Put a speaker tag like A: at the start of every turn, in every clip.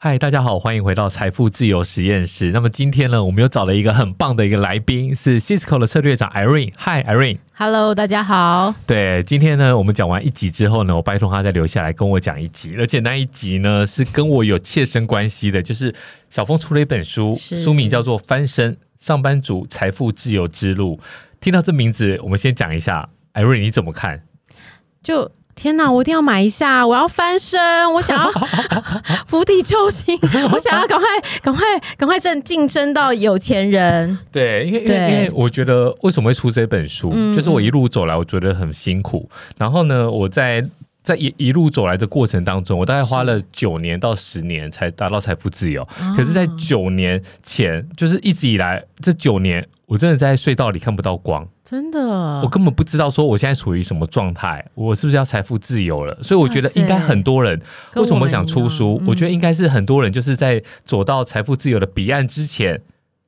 A: 嗨，大家好，欢迎回到财富自由实验室。那么今天呢，我们又找了一个很棒的一个来宾，是 Cisco 的策略长 Irene。嗨，Irene。
B: Hello，大家好。
A: 对，今天呢，我们讲完一集之后呢，我拜托他再留下来跟我讲一集，而且那一集呢是跟我有切身关系的，就是小峰出了一本书，
B: 是
A: 书名叫做《翻身上班族财富自由之路》。听到这名字，我们先讲一下 Irene 你怎么看？
B: 就天哪，我一定要买一下！我要翻身，我想要釜底抽薪，我想要赶快、赶快、赶快正晋升到有钱人。
A: 对，因为因为
B: 对
A: 因为我觉得为什么会出这本书，
B: 嗯
A: 就是我一路走来，我觉得很辛苦。然后呢，我在在一一路走来的过程当中，我大概花了九年到十年才达到财富自由。可是，在
B: 哦
A: 九年前，就是一直以来这九年，我真的在隧道里看不到光，
B: 真的
A: 我，根本不知道说我现在处于什么状态，我是不是要财富自由了？所以我觉得
B: 哇塞
A: 应该很多人
B: 跟
A: 为什
B: 我
A: 么
B: 们
A: 想
B: 一
A: 出
B: 样
A: 书？我觉得
B: 嗯
A: 应该是很多人就是在走到财富自由的彼岸之前，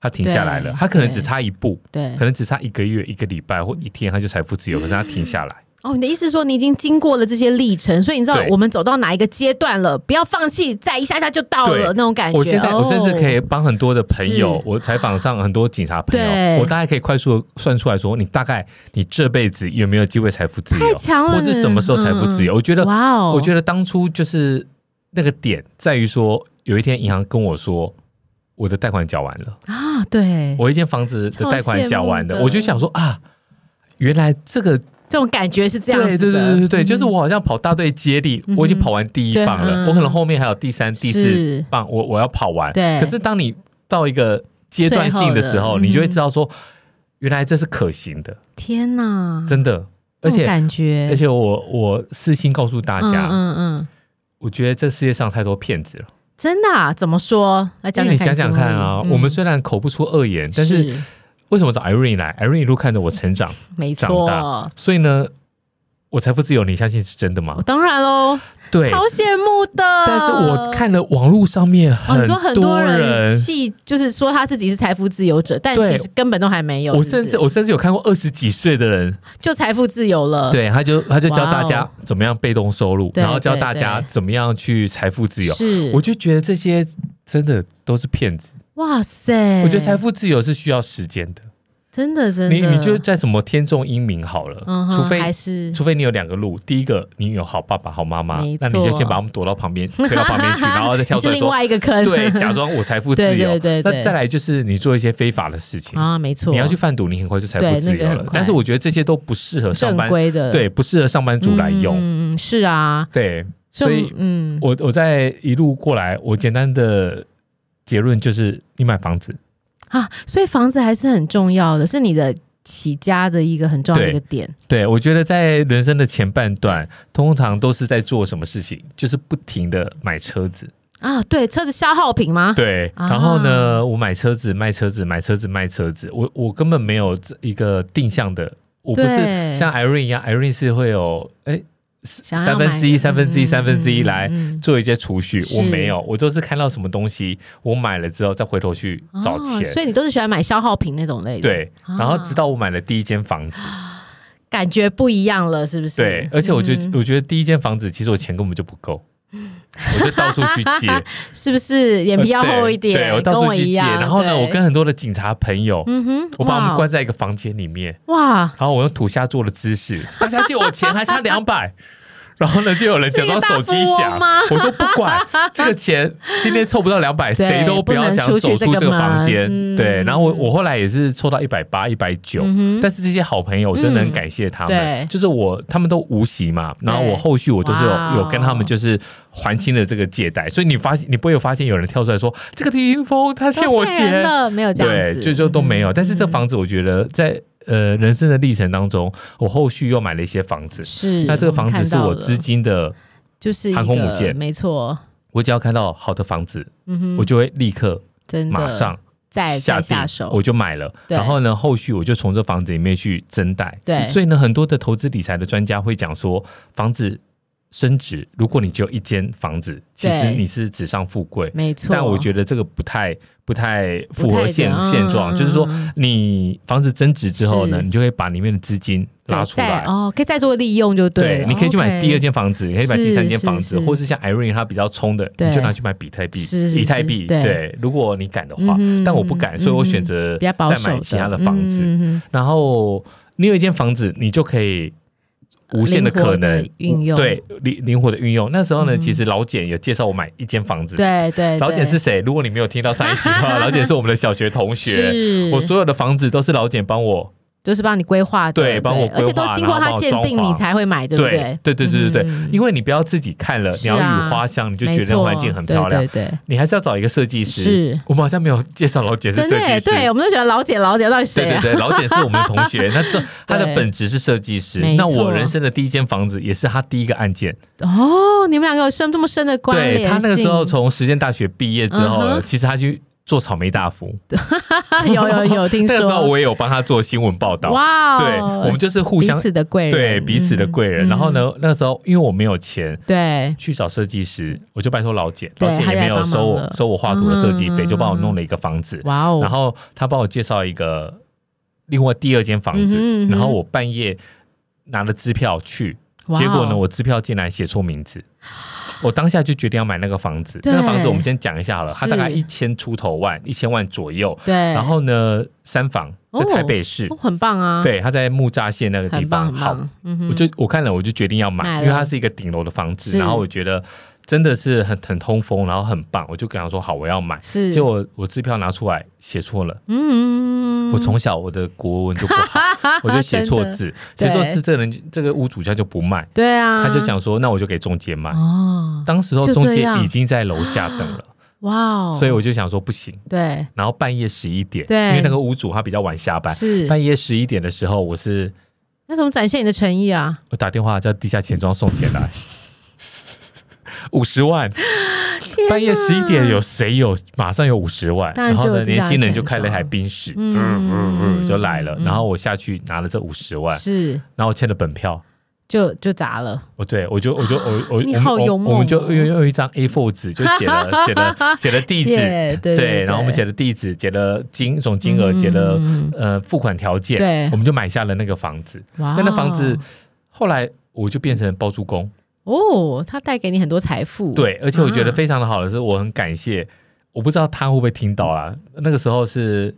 A: 他停下来了，
B: 对
A: 他可能只差一步，
B: 对
A: 可。能只差一个月、一个礼拜或一天，他就财富自由，可是他停下来。
B: 哦，你的意思是说你已经经过了这些历程，所以你知道
A: 对
B: 我们走到哪一个阶段了，不要放弃，再一下下就到
A: 对
B: 了那种感觉。
A: 我现在我甚至可
B: 哦
A: 以帮很多的朋友
B: 是，
A: 我采访上很多警察朋
B: 对
A: 友，我大概可以快速地算出来说，你大概你这辈子有没有机会财富自
B: 太
A: 由，
B: 强了，
A: 或是什么时候财富自由？我觉
B: 嗯？
A: 得
B: 哇哦，
A: 我
B: 得
A: 觉得当初就是那个点在于说，有一天银行跟我说，我的贷款缴完了，
B: 啊，对，
A: 我一间房子的贷款缴完的，
B: 超羡慕的
A: 我就想说啊。原来这个
B: 这种感觉是这样子
A: 对对
B: 的。
A: 对对对对，
B: 嗯
A: 就是我好像跑大队接力，
B: 嗯哼
A: 我已经跑完第一
B: 对
A: 棒了，
B: 嗯
A: 我可能后面还有第三、第四
B: 是
A: 棒，我我要跑完。
B: 对
A: 可是当你到一个阶段性的时
B: 最
A: 候，
B: 后嗯的
A: 你就会知道说，原来这是可行的，
B: 天哪，
A: 真的。
B: 嗯那
A: 而
B: 种
A: 且
B: 感觉，
A: 而且我我私心告诉大家，
B: 嗯嗯嗯，
A: 我觉得这世界上太多骗子了。
B: 真的、啊？怎么说？来讲
A: 因为
B: 讲
A: 你想想看啊，我们
B: 是，
A: 虽然口不出恶言，但是为什么找 Irene 来？Irene 一路看着我成 长，
B: 没
A: 长
B: 错，
A: 大所以呢，我财富自由，你相信是真的吗
B: 我？当然喽，
A: 对，
B: 哦超羡慕的。
A: 但是我。看了网络上面
B: 哦，你说很多
A: 多
B: 人
A: 人，
B: 戏就是说他自己是财富自由者，但
A: 对
B: 其实根本都还没有。
A: 我
B: 是不是
A: 甚至我甚至有看过二十几岁的人，
B: 就财富自由了，，
A: 对，他就他就教大
B: 呃哇哦
A: 家怎么样被动收入，
B: 对
A: 然后教大家
B: 对对
A: 怎么样去财富自由。
B: 是
A: 我就觉得这些真的都是骗子。
B: 哇塞，
A: 我觉得财富自由是需要时间的，
B: 真的真的，
A: 你你就在什么天纵英明好了，
B: 嗯哼，
A: 除非
B: 还是
A: 除非你有两个路，第一个你有好爸爸、好妈妈
B: 没，
A: 那
B: 错
A: 你就先把他们躲到旁 边，推到旁边去，然后再跳出
B: 是
A: 来
B: 另
A: 说，
B: 外一个坑，
A: 对，假装我财富自由。
B: 对对对对
A: 那再来就是你做一些非法的事情，
B: 啊，没错，
A: 你要去贩毒，你很快就财富自由
B: 对那
A: 了。
B: 个很快
A: 但是我觉得这些都不适合上
B: 正
A: 班，
B: 规的，
A: 对，不适合上班族来用。
B: 嗯，嗯嗯是啊，
A: 对，所以
B: 嗯，
A: 我我在一路过来，我简单的结论就是，你买房子，
B: 啊，所以房子还是很重要的，是你的起家的一个很重要的一个点。
A: 对我觉得在人生的前半段，通常都是在做什么事情，就是不停的买车子。
B: 啊，对，车子消耗品 吗？
A: 对，
B: 啊
A: 然后呢，我买车子、卖车子、买车子、卖车子，我我根本没有这一个定向的，我不是
B: 对
A: 像 Irene 一样，Irene 是会有哎
B: 想要
A: 三分之一、
B: 买
A: 三分之一、
B: 嗯
A: 三分之一来
B: 嗯嗯
A: 做一些储蓄，
B: 是
A: 我没有，我都是看到什么东西，我买了之后再回头去
B: 嗯
A: 找
B: 哦
A: 钱。
B: 所以你都是喜欢买消耗品那种类的，，
A: 对，
B: 啊
A: 然后直到我买了第一间房子，
B: 感觉不一样了，是不是？
A: 对，呃而且我觉得、
B: 嗯
A: 我觉得第一间房子其实我钱根本就不 够，我就到处去借，
B: 是不是眼皮要厚一
A: 呃对，
B: 点？
A: 对我到
B: 跟
A: 处
B: 我
A: 去
B: 一
A: 借，
B: 样。
A: 然后呢，
B: 对
A: 我跟很多的警察朋友，
B: 嗯哼，
A: 我把我们
B: 哇
A: 关在一个房间里面，
B: 哇，
A: 然后我用土下做的姿势， 大家借我钱还差两百，然后呢就有人假装手机
B: 是一个大富
A: 响
B: 翁吗，
A: 我说不管这个钱今天凑不到两百，
B: 对
A: 谁都要想走出这个房间
B: 不能出去这个。门
A: 对，
B: 嗯
A: 然后我我后来也是凑到一百八、一百九。
B: 嗯哼，
A: 但是这些好朋友，我真的很感谢他们。
B: 嗯对
A: 就是我，他们都无息嘛，然后我后续我都是有
B: 哇哦
A: 有跟他们就是还清了这个借贷，所以你发现你不会有发现有人跳出来说这个李云峰他欠我
B: 都骗
A: 钱，
B: 人的没有这样
A: 对，
B: 子，
A: 就就都没有。
B: 嗯
A: 但是这房子，我觉得在呃人生的历程当中，我后续又买了一些房子。
B: 是
A: 那这个房子是我
B: 看到了
A: 资金的，
B: 就是一
A: 航空母
B: 个
A: 舰
B: 没错，
A: 我只要看到好的房子，
B: 嗯哼，
A: 我就会立刻
B: 嗯真的
A: 马上
B: 再
A: 下
B: 再
A: 定
B: 下手，
A: 我就买了。
B: 对
A: 然后呢，后续我就从这房子里面去增贷。
B: 对
A: 所以呢，很多的投资理财的专家会讲说，房子升值，如果你只有一间房子，其实
B: 对
A: 你是纸上富贵，
B: 没错。
A: 但我觉得这个不太不太符
B: 不太
A: 合
B: 的
A: 现
B: 嗯
A: 现状，就是说
B: 嗯
A: 你房子增值之后呢，
B: 是
A: 你就可以把里面的资金拉出
B: 再
A: 来。
B: 哦，可以再做利用就
A: 对
B: 了，
A: 你可以去买
B: OK
A: 第二间房子，你可以买第
B: 是
A: 三间房
B: 是
A: 子，
B: 是
A: 或是像 Irene 她比较冲的，
B: 对
A: 你就拿去买比特币、
B: 是是
A: 以太币。
B: 是对
A: 对，如果你敢的
B: 嗯
A: 话
B: 哼，
A: 但我不敢，所以我选择
B: 比较保
A: 再
B: 守
A: 买其他的房子。
B: 嗯嗯嗯
A: 然后另外一间房子，你就可以无限的可能
B: 嗯灵活地运用
A: 对灵灵活的运用。那时候呢，
B: 嗯
A: 其实老简有介绍我买一间房子。
B: 对对，
A: 老简
B: 对
A: 是谁？如果你没有听到上一集的 话，老简是我们的小学同学。
B: 是，
A: 我所有的房子都是老简帮我，
B: 就是帮你规划的，
A: 对帮我规划
B: 而且都经过
A: 然
B: 他
A: 后帮我
B: 鉴定，
A: 装潢
B: 你才会买，对不嗯
A: 对对对对对对，因为你不要自己看了
B: 是
A: 鸟
B: 啊
A: 语花香，你就觉得那环境很漂亮
B: 没，错对对
A: 你还是要找一个设计
B: 对，
A: 师。
B: 是
A: 我们好像没有介绍老简是
B: 真
A: 设
B: 的耶，
A: 计师，
B: 对，我们都喜欢老姐老姐，到底
A: 对
B: 谁
A: 对
B: 啊？
A: 对，老简是我们的同学，那这他的本职是设计师
B: 没。
A: 那
B: 错
A: 我人生的第一间房子也是他第一个案件。
B: 哦，你们两个有深这么深的关联
A: 对
B: 性，
A: 他那个时候从实践大学毕业之后
B: 嗯
A: 呢，
B: 哼
A: 其实他去做草莓大福。
B: 有有有听 说，
A: 那个时候我也有帮他做新闻报道。
B: 哇哦，
A: 对，我们就是互
B: 彼
A: 相
B: 此的贵人，
A: 对彼此的贵人。
B: 嗯
A: 然后？呢，那时候因为我没有钱。
B: 对，
A: 去找设计师，我就拜托老简，
B: 对
A: 老简
B: 他
A: 也
B: 就
A: 没
B: 来
A: 有
B: 帮忙
A: 收我
B: 了
A: 收我画图的设计费，
B: 嗯
A: 就帮我
B: 嗯
A: 弄了一个房子。
B: 哇哦，
A: 然后他帮我介绍一个另外第二间房子，
B: 嗯哼嗯哼
A: 然后我半夜拿了支票去，
B: 哇哦
A: 结果呢，我支票进来写错名字。我当下就决定要买那个房子。
B: 对
A: 那个房子我们先讲一下好了，它
B: 是
A: 大概一千出头万，一千万左右。
B: 对，
A: 然后呢，三房在
B: 哦
A: 台北市，
B: 哦很棒啊，，
A: 对，它在木栅县那个地
B: 很棒
A: 方。
B: 很
A: 好，
B: 棒，嗯哼
A: 我就我看了，我就决定要买，
B: 买了
A: 因为它是一个顶楼的房子，
B: 是
A: 然后我觉得真的是很很通风，然后很棒，我就跟他说好，我要买。
B: 是，
A: 结果我支票拿出来写错了，
B: 嗯，
A: 我从小我的国文就不 好，我就写错字，写
B: 真的
A: 错字，这个人这个屋主家就不卖，
B: 对啊，
A: 他就讲说那我就给中介卖。
B: 哦，
A: 当时候
B: 就这
A: 中介
B: 样
A: 已经在楼下等了，
B: 哇哦，
A: 所以我就想说不行。
B: 对
A: 然后半夜十一点，
B: 对
A: 因为那个屋主他比较晚下班，
B: 是，
A: 半夜十一点的时候，我是
B: 那怎么展现你的诚意啊？
A: 我打电话叫地下钱庄送钱来， 五十万。
B: 天
A: 半夜
B: 哪
A: 十一点，有谁有马上有五十万，
B: 当然
A: 然后
B: 就有
A: 呢，
B: 地
A: 年
B: 下
A: 轻人
B: 钱
A: 就开了一台
B: 庄
A: 宾士，
B: 嗯
A: 嗯嗯嗯就来了
B: 嗯。嗯
A: 然后我下去拿了这五十万，
B: 是
A: 然后我欠了本票。
B: 就就砸了，
A: 我对我就我就我我
B: 你
A: 我
B: 好
A: 们
B: 幽
A: 我
B: 默
A: 我们就
B: 哦
A: 用用一张 A4 纸就写了写了写了地址，
B: 借对嗯
A: 对，然后我们写
B: 的
A: 了地址，写了金总金额，写了呃付款条件，
B: 对哦
A: 我们就买下了那个房子。
B: 哇
A: 但那房子后来我就变成包租公，
B: 哦，它带给你很多财富，
A: 对，而且我觉得
B: 啊
A: 非常的好的是，我很感谢，我不知道他会不会听到啊。那个时候是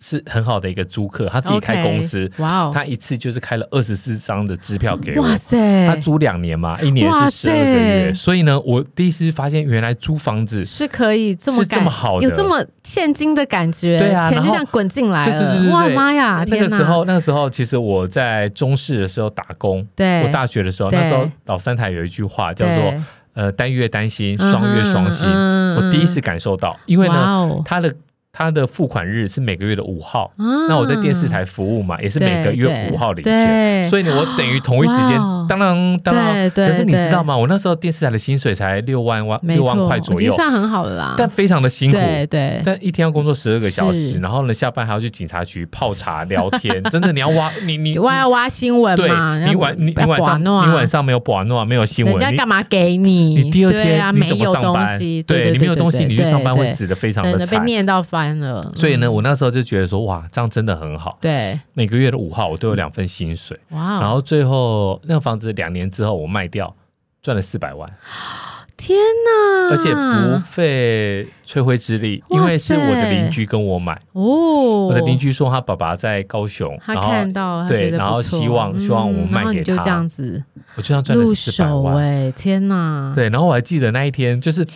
A: 是很好的一个租客，他自己开
B: OK，
A: 公司
B: 哇哦，
A: 他一次就是开了二十四张的支票给我。
B: 哇塞，
A: 他租两年嘛，一年
B: 哇
A: 是十
B: 塞
A: 二个月，所以呢，我第一次发现原来租房子，
B: 是可以这么
A: 是这么好的
B: 有这么现金的感觉，
A: 对啊
B: 钱就
A: 然后
B: 这样滚进来
A: 对
B: 了，
A: 对对对
B: 哎哇
A: 对
B: 妈呀，
A: 那
B: 天
A: 个
B: 哪！
A: 时候，那个时候其实我在中视的时候打工，
B: 对，
A: 我大学的时候，
B: 对
A: 那时候老三台有一句话叫做
B: 对
A: “呃，单月单薪，双月双薪”，
B: 嗯嗯嗯
A: 我第一次感受到，因为呢
B: 哇，哦，
A: 他的他的付款日是每个月的五号。
B: 啊
A: 那我在电视台服务嘛，也是每个月
B: 对
A: 五号领钱，
B: 对，
A: 所以呢，我等于同一时间
B: 哇哦，
A: 当当当当。
B: 对对
A: 可是你
B: 对
A: 知道吗？我那时候电视台的薪水才六万万
B: 没
A: 六
B: 错，
A: 万块左
B: 已
A: 右
B: 经，算很好了啦。
A: 但非常的辛苦。
B: 对对，
A: 但一天要工作十二个小时，
B: 是
A: 然后呢，下班还要去警察局泡茶聊天，真的，你要挖你你
B: 你挖要挖新闻
A: 对
B: 嘛？
A: 你
B: 要
A: 晚你你
B: 要
A: 晚
B: 刮
A: 上
B: 弄啊
A: 你晚上没有保诺，没有新闻
B: 人，家
A: 你
B: 干嘛给你？
A: 你第二
B: 对
A: 天、
B: 啊，
A: 你
B: 没
A: 怎么
B: 有
A: 上
B: 东
A: 班？
B: 西，
A: 对
B: 对，
A: 你没有东西，
B: 对
A: 你去上班会
B: 对
A: 死的非常
B: 真的被
A: 惨。
B: 念到翻了。
A: 所以呢，
B: 嗯
A: 我那时候就觉得说，哇，这样真的很好。
B: 对，
A: 每个月的五号我都有两份薪水，
B: 哇哦，
A: 然后最后那个房子两年之后我卖掉，赚了四百万，
B: 啊天哪，
A: 而且不费吹灰之力，
B: 哇塞
A: 因为是我的邻居跟我买，
B: 哦，
A: 我的邻居说他爸爸在高雄，
B: 他
A: 然后
B: 看到，他
A: 对
B: 觉得
A: 然
B: 不
A: 后
B: 错
A: 希望希望我
B: 嗯
A: 卖
B: 然后
A: 给
B: 你就
A: 他
B: 这样子
A: 我就这样赚了
B: 入
A: 四百
B: 手
A: 万，
B: 哎，天哪，
A: 对，然后我还记得那一天就是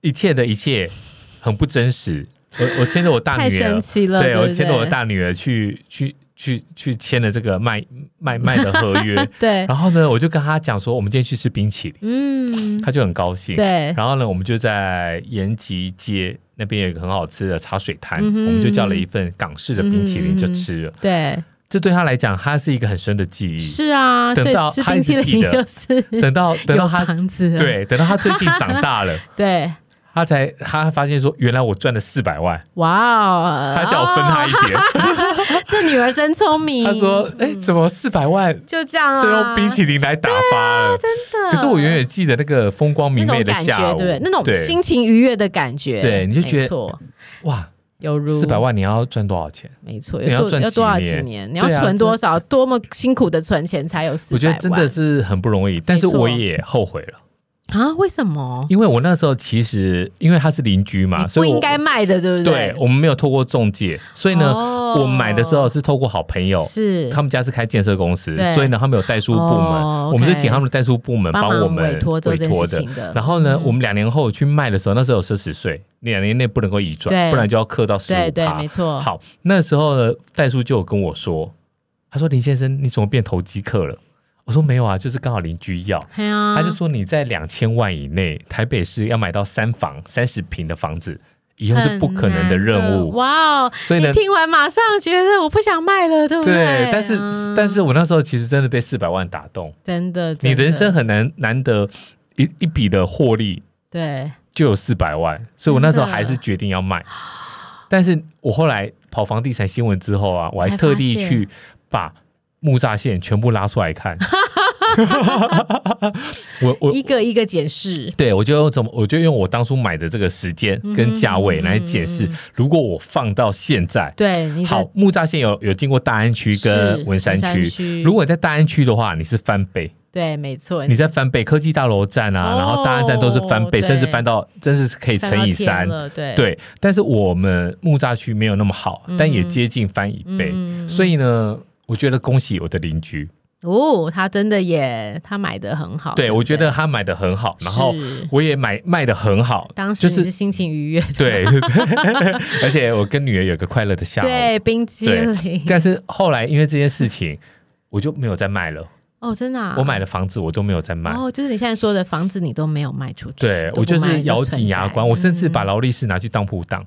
A: 一切的一切很不真实，我我牵着我大
B: 太
A: 女儿
B: 神，奇了，对
A: 我
B: 不
A: 牵着我
B: 对，
A: 大女儿去去去去签了这个卖卖卖的合约，
B: 对，
A: 然后呢，我就跟他讲说，我们今天去吃冰淇淋，
B: 嗯，
A: 他就很高兴。
B: 对，
A: 然后呢，我们就在延吉街那边有一个很好吃的茶水摊，
B: 嗯哼
A: 我们就叫了一份港式的冰淇淋
B: 嗯哼
A: 就吃了。
B: 对，
A: 这对他来讲，他是一个很深的记忆。
B: 是啊，
A: 等
B: 所以
A: 到
B: 吃
A: 他
B: 冰
A: 一直
B: 淇
A: 记
B: 淋
A: 得
B: 就是
A: 等到等到
B: 有
A: 他
B: 房子了，
A: 对，等到他最近长大 了，
B: 对，
A: 他才他发现说，原来我赚了四百万，
B: 哇哦，
A: 他叫我分他一点。
B: 哦，这女儿真聪 明。
A: 他说：“哎、怎么四百万？
B: 就这样啊，
A: 这用冰淇淋来打发了？”
B: 哦真的。
A: 可是我永远记得那个风光
B: 那
A: 明媚
B: 种
A: 的
B: 感
A: 下
B: 觉，
A: 午，
B: 对不对？那种心情愉悦的感觉，
A: 对你就觉得
B: 没错，
A: 哇，
B: 有如
A: 四百，万你要赚多少钱？
B: 没错，
A: 你要
B: 有多
A: 赚
B: 要多少
A: 几
B: 几
A: 年
B: 年？你要
A: 对啊
B: 存
A: 真
B: 多少？多么辛苦的存钱才有四
A: 我
B: 百
A: 觉
B: 万？
A: 得真的是很不容易，但是
B: 没错
A: 我也后悔了，
B: 啊？为什么？
A: 因为我那时候其实因为他是邻居嘛，
B: 你
A: 啊所
B: 不
A: 以我
B: 应该卖的，对不
A: 对我们没有透过中介，所以呢，
B: 哦
A: 我买的时候是透过好朋友。
B: 是
A: 他们家是开建设公司
B: 对，
A: 所以呢，他们有代书部门，
B: 哦
A: 我们是
B: OK
A: 请他们的代书部门
B: 帮
A: 帮
B: 忙
A: 我们
B: 委托做
A: 委
B: 这
A: 托
B: 件
A: 的
B: 事。情的。嗯
A: 然后呢，我们两年后去卖的时候，那时候有奢侈税，两年内不能够移
B: 对
A: 转，不然就要课到十五
B: 对对，没错，
A: 啊好，那时候呢，戴叔就有跟我说，他说林先生，你怎么变投机客了？我说没有啊，就是刚好邻居要。
B: 嘿啊，
A: 他就说你在两千万以内，台北市要买到三房三十平的房子，以后是不可能的任
B: 很难的
A: 务。
B: 哇哦！
A: 所以
B: 你
A: 呢，
B: 听完马上觉得我不想卖了，对不
A: 对，但是、
B: 嗯
A: 但是我那时候其实真的被四百万打动，
B: 真的，真
A: 你
B: 的
A: 人生很难难得一一笔的获利
B: 对
A: 就有四百万，所以我那时候
B: 真的
A: 还是决定要卖。但是我后来跑房地产新闻之后啊，我还
B: 才
A: 特
B: 发
A: 地
B: 现
A: 去把木栅线全部拉出来看。 我我
B: 一个一个解释，
A: 对我就用怎么，我就用我当初买的这个时间
B: 嗯
A: 跟价位来解释，如果我放到现在。
B: 对，嗯你的
A: 好，木栅线有有经过大安区
B: 是
A: 跟文山
B: 文山
A: 区
B: 区，
A: 如果你在大安区的话，你是翻倍，
B: 对，没错，
A: 你在翻倍，科技大楼站啊，
B: 哦
A: 然后大安站都是翻倍，
B: 对
A: 甚至翻到，真是可以
B: 翻
A: 乘
B: 到
A: 以
B: 天
A: 三，
B: 了，对
A: 对，但是我们木栅区没有那么好，
B: 嗯
A: 但也接近翻一倍，
B: 嗯
A: 所以呢，我觉得恭喜我的邻居，
B: 哦，他真的也他买的很好，
A: 对
B: 不
A: 我觉得他买的很好，然后
B: 是
A: 我也买卖的很好，
B: 当时
A: 就
B: 你是
A: 是
B: 心情愉悦的，
A: 对， 而且我跟女儿有个快乐的下午。
B: 对，冰激
A: 对
B: 凌，
A: 但是后来因为这件事情，我就没有再卖了，
B: 哦，真的啊，
A: 我买了房子我都没有再卖。
B: 哦，就是你现在说的房子你都没有卖出去，
A: 对
B: 都不
A: 我就
B: 卖
A: 是咬紧牙关，
B: 都
A: 我
B: 存
A: 甚
B: 在嗯
A: 至把劳力士拿去当铺当，